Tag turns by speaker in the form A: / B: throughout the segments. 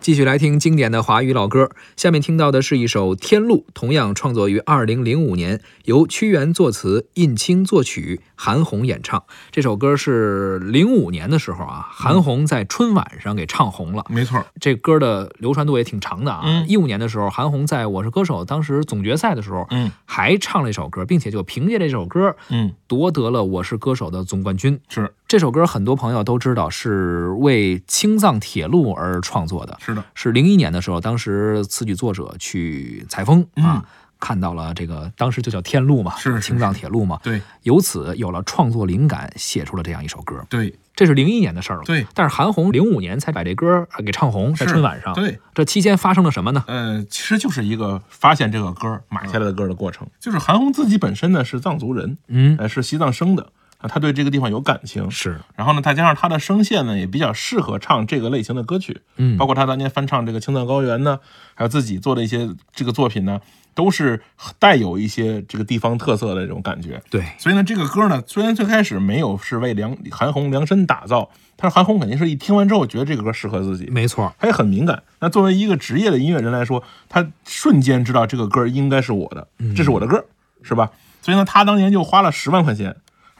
A: 继续来听经典的华语老歌，下面听到的是一首《天路》，同样创作于二零零五年，由屈原作词，印青作曲，韩红演唱。这首歌是零五年的时候啊，韩红在春晚上给唱红了。
B: 没错儿，
A: 这歌的流传度也挺长的啊。
B: 嗯
A: 一五、年的时候，韩红在《我是歌手》当时总决赛的时候，
B: 嗯
A: 还唱了一首歌，并且就凭借这首歌
B: 嗯，
A: 夺得了《我是歌手》的总冠军。
B: 是
A: 这首歌很多朋友都知道是为青藏铁路而创作的，
B: 是的，
A: 是零一年的时候，当时词曲作者去采风啊。
B: 嗯
A: 看到了这个，当时就叫天路嘛，
B: 是是
A: 青藏铁路嘛，
B: 对
A: 由此有了创作灵感，写出了这样一首歌。
B: 对
A: 这是零一年的事儿了，
B: 对
A: 但是韩红零五年才把这歌给唱红，在
B: 是
A: 春晚上。，
B: 对，
A: 这期间发生了什么呢？
B: 呃，其实就是一个发现这个歌儿买下来的歌儿的过程。就是韩红自己本身呢是藏族人，
A: 嗯，
B: 呃，是西藏生的，啊，他对这个地方有感情。
A: 是，
B: 然后呢，再加上他的声线呢也比较适合唱这个类型的歌曲，
A: 嗯
B: 包括他当年翻唱这个《青藏高原》呢，还有自己做的一些这个作品呢，都是带有一些这个地方特色的这种感觉。
A: 对，
B: 所以呢，这个歌呢，虽然最开始没有是为梁韩红量身打造，但是韩红肯定是一听完之后觉得这个歌适合自己，
A: 没错，
B: 他也很敏感。那作为一个职业的音乐人来说，他瞬间知道这个歌应该是我的，
A: 嗯
B: 这是我的歌，是吧？所以呢，他当年就花了十万块钱。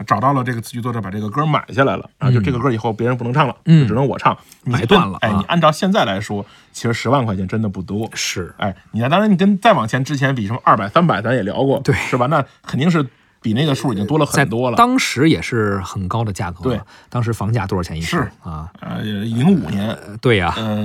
B: 找到了这个词曲作者，把这个歌买下来了，啊，就这个歌以后别人不能唱了，
A: 嗯
B: 就只能我唱，你
A: 买
B: 按
A: 断了
B: 哎，
A: 啊
B: 你按照现在来说，其实十万块钱真的不多，
A: 是，
B: 哎，你看，当然你跟再往前之前比，什么二百、三百，咱也聊过，
A: 对
B: 是吧？那肯定是比那个数已经多了
A: 在
B: 很多了。
A: 当时也是很高的价格，
B: 对，
A: 当时房价多少钱一尺
B: 是
A: 啊？
B: 呃，零五年，
A: 呃对呀、
B: 呃，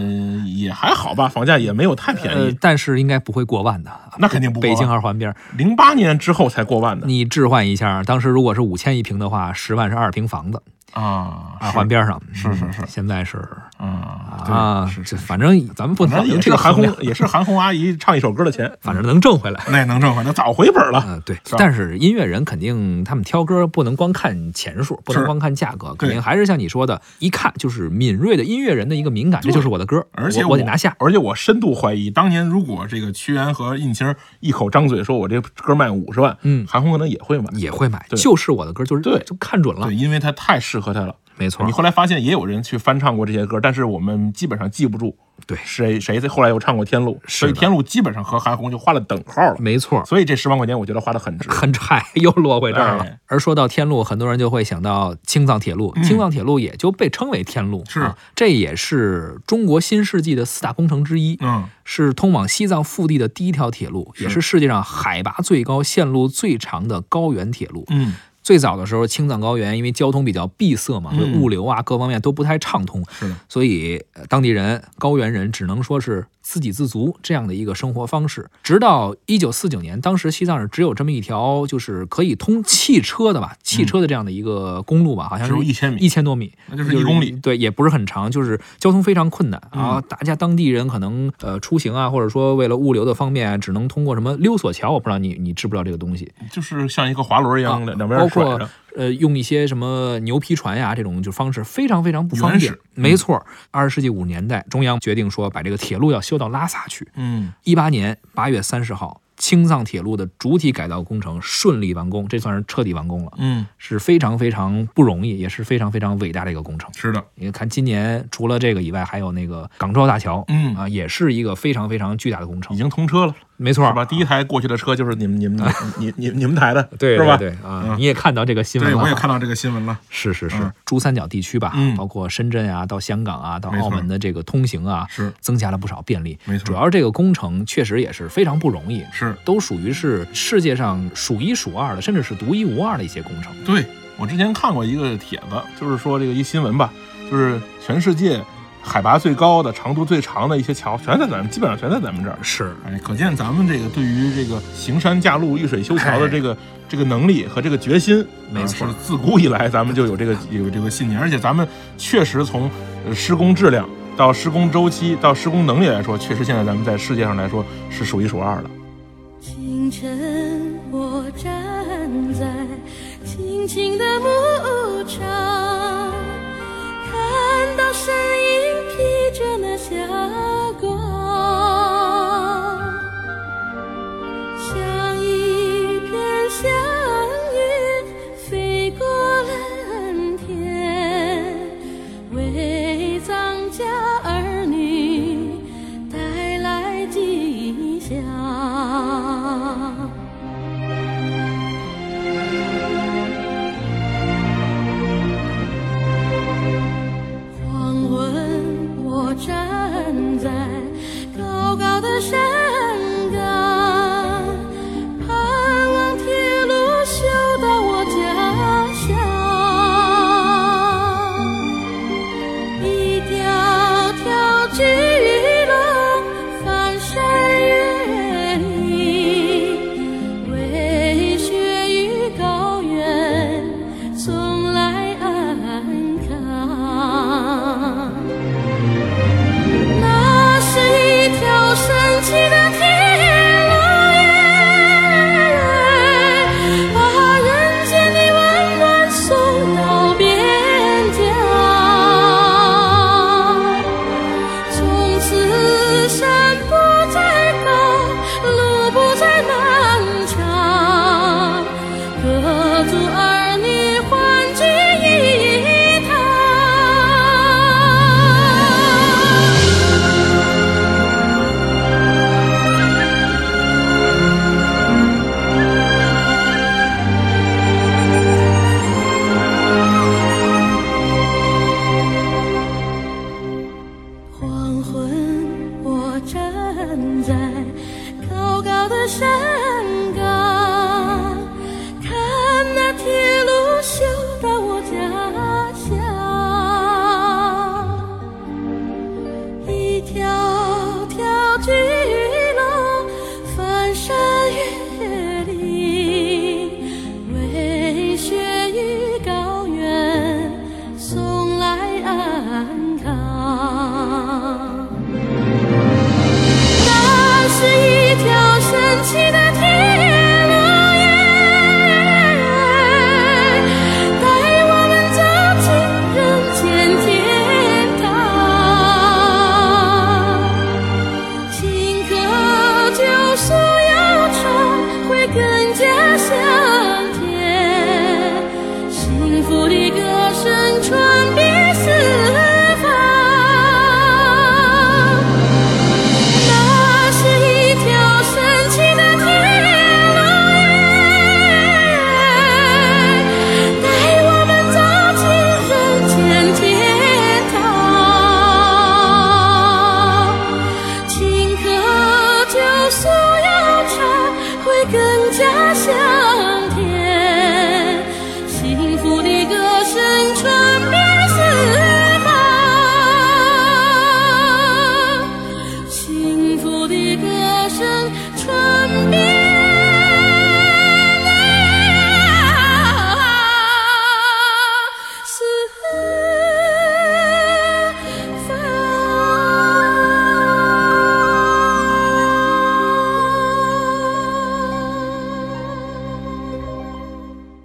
B: 也还好吧，房价也没有太便
A: 呃
B: 宜。，
A: 但是应该不会过万的，
B: 那肯定不过
A: 北
B: 万
A: 京二环边儿，
B: 零八年之后才过万的
A: 你置换一下，当时如果是五千一平的话，十万是二平房子，
B: 啊，
A: 二环边上。
B: 是是是
A: 嗯现在是
B: 啊，对
A: 啊，这反正咱们不
B: 反
A: 能
B: 正也
A: 这
B: 是
A: 个
B: 韩
A: 衡
B: 红
A: 量，，
B: 也是韩红阿姨唱一首歌的钱，
A: 反正能挣回来。
B: 那也能挣回来，早回本了。
A: 嗯，对，
B: 是吧
A: 但是音乐人肯定他们挑歌不能光看钱数，不能
B: 是
A: 光看价格，肯
B: 对
A: 定还是像你说的，一看就是敏锐的音乐人的一个敏感，这就是我的歌，
B: 而且
A: 我得拿下。。
B: 而且我深度怀疑，当年如果这个屈原和印青一口张嘴说我这歌卖五十万，
A: 嗯
B: 韩红可能也会买。
A: 也会买，
B: 对
A: 就是我的歌，就是
B: 对
A: 就看准了
B: 对，，因为它太适合他了。
A: 没错
B: 你。后来发现也有人去翻唱过这些歌，但是我们基本上记不住
A: 对
B: 谁谁在后来又唱过《天路》，
A: 是
B: 所
A: 的
B: 以《天路》基本上和韩红就画了等号了。
A: 没错，
B: 所以这十万块钱我觉得花 的很值。
A: 很嗨，又落回这儿了
B: 哎。
A: 而说到天路，很多人就会想到青藏铁路，青藏铁路也就被称为天路，
B: 嗯是
A: 啊，这也是中国新世纪的四大工程之一，
B: 嗯，
A: 是通往西藏腹地的第一条铁路，也是世界上海拔最高、线路最长的高原铁路。
B: 嗯，
A: 最早的时候，青藏高原因为交通比较闭塞嘛，所以物流啊各方面都不太畅通，
B: 是的，
A: 所以呃当地人、高原人只能说是自给自足这样的一个生活方式。直到一九四九年，当时西藏是只有这么一条，就是可以通汽车的吧，汽车的这样的一个公路吧，好像
B: 嗯只
A: 是
B: 有一千米
A: 一千多米，
B: 那就是一公里。嗯
A: 对，也不是很长，就是交通非常困难啊。大家当地人可能呃出行啊，或者说为了物流的方便啊，只能通过什么溜索桥，我不知道你你知不知道这个东西，
B: 就是像一个滑轮一样，两两边
A: 啊包
B: 甩
A: 括
B: 着。
A: 呃用一些什么牛皮船呀这种就方式非常非常不方
B: 原
A: 便
B: 始。嗯
A: 没错，二十世纪五十年代，中央决定说把这个铁路要修到拉萨去。
B: 嗯，
A: 一八年八月三十号，青藏铁路的主体改造工程顺利完工，这算是彻底完工了，
B: 嗯，
A: 是非常非常不容易，也是非常非常伟大的一个工程。
B: 是的，
A: 你看，今年除了这个以外，还有那个港州大桥，
B: 嗯
A: 啊，也是一个非常非常巨大的工
B: 已
A: 程，
B: 经通车了，
A: 没错
B: 是吧？第一台过去的车就是你们、你们、你、你、你们台的，
A: 对，
B: 是吧？
A: 对对啊，
B: 嗯
A: 你也看到这个新闻
B: 对，
A: 了，
B: 我也看到这个新闻了。
A: 是是是，
B: 嗯
A: 珠三角地区吧，
B: 嗯
A: 包括深圳啊，到香港啊，到
B: 没错
A: 澳门的这个通行啊，
B: 是
A: 增加了不少便利。
B: 没错
A: 主要是这个工程确实也是非常不容易，
B: 是
A: 都属于是世界上数一数二的，甚至是独一无二的一些工程。
B: 对我之前看过一个帖子，就是说这个一新闻吧，就是全世界海拔最高的、长度最长的一些桥，全在咱们，基本上全在咱们这儿。
A: 是，
B: 哎，可见咱们这个对于这个行山架路、遇水修桥的
A: 哎
B: 这个、这个能力和这个决心，
A: 没错
B: 啊是自古以来咱们就有这个有这个信念，而且咱们确实从呃施工质量到施工周期到施工能力来说，确实现在咱们在世界上来说是数一数二的。
C: 清晨，我站在青青的牧场，看到身影披着那霞光，像一片祥云飞过蓝天，为藏家儿女站在高高的山岗，盼望铁路修到我家乡。一条条巨龙翻山越岭，为雪与高原送来安康。那是一条神奇的铁路呀，把人间的温暖送到边疆。从此山不再高，路不再漫长，各族儿女欢聚一堂。黄昏，我站在高高的山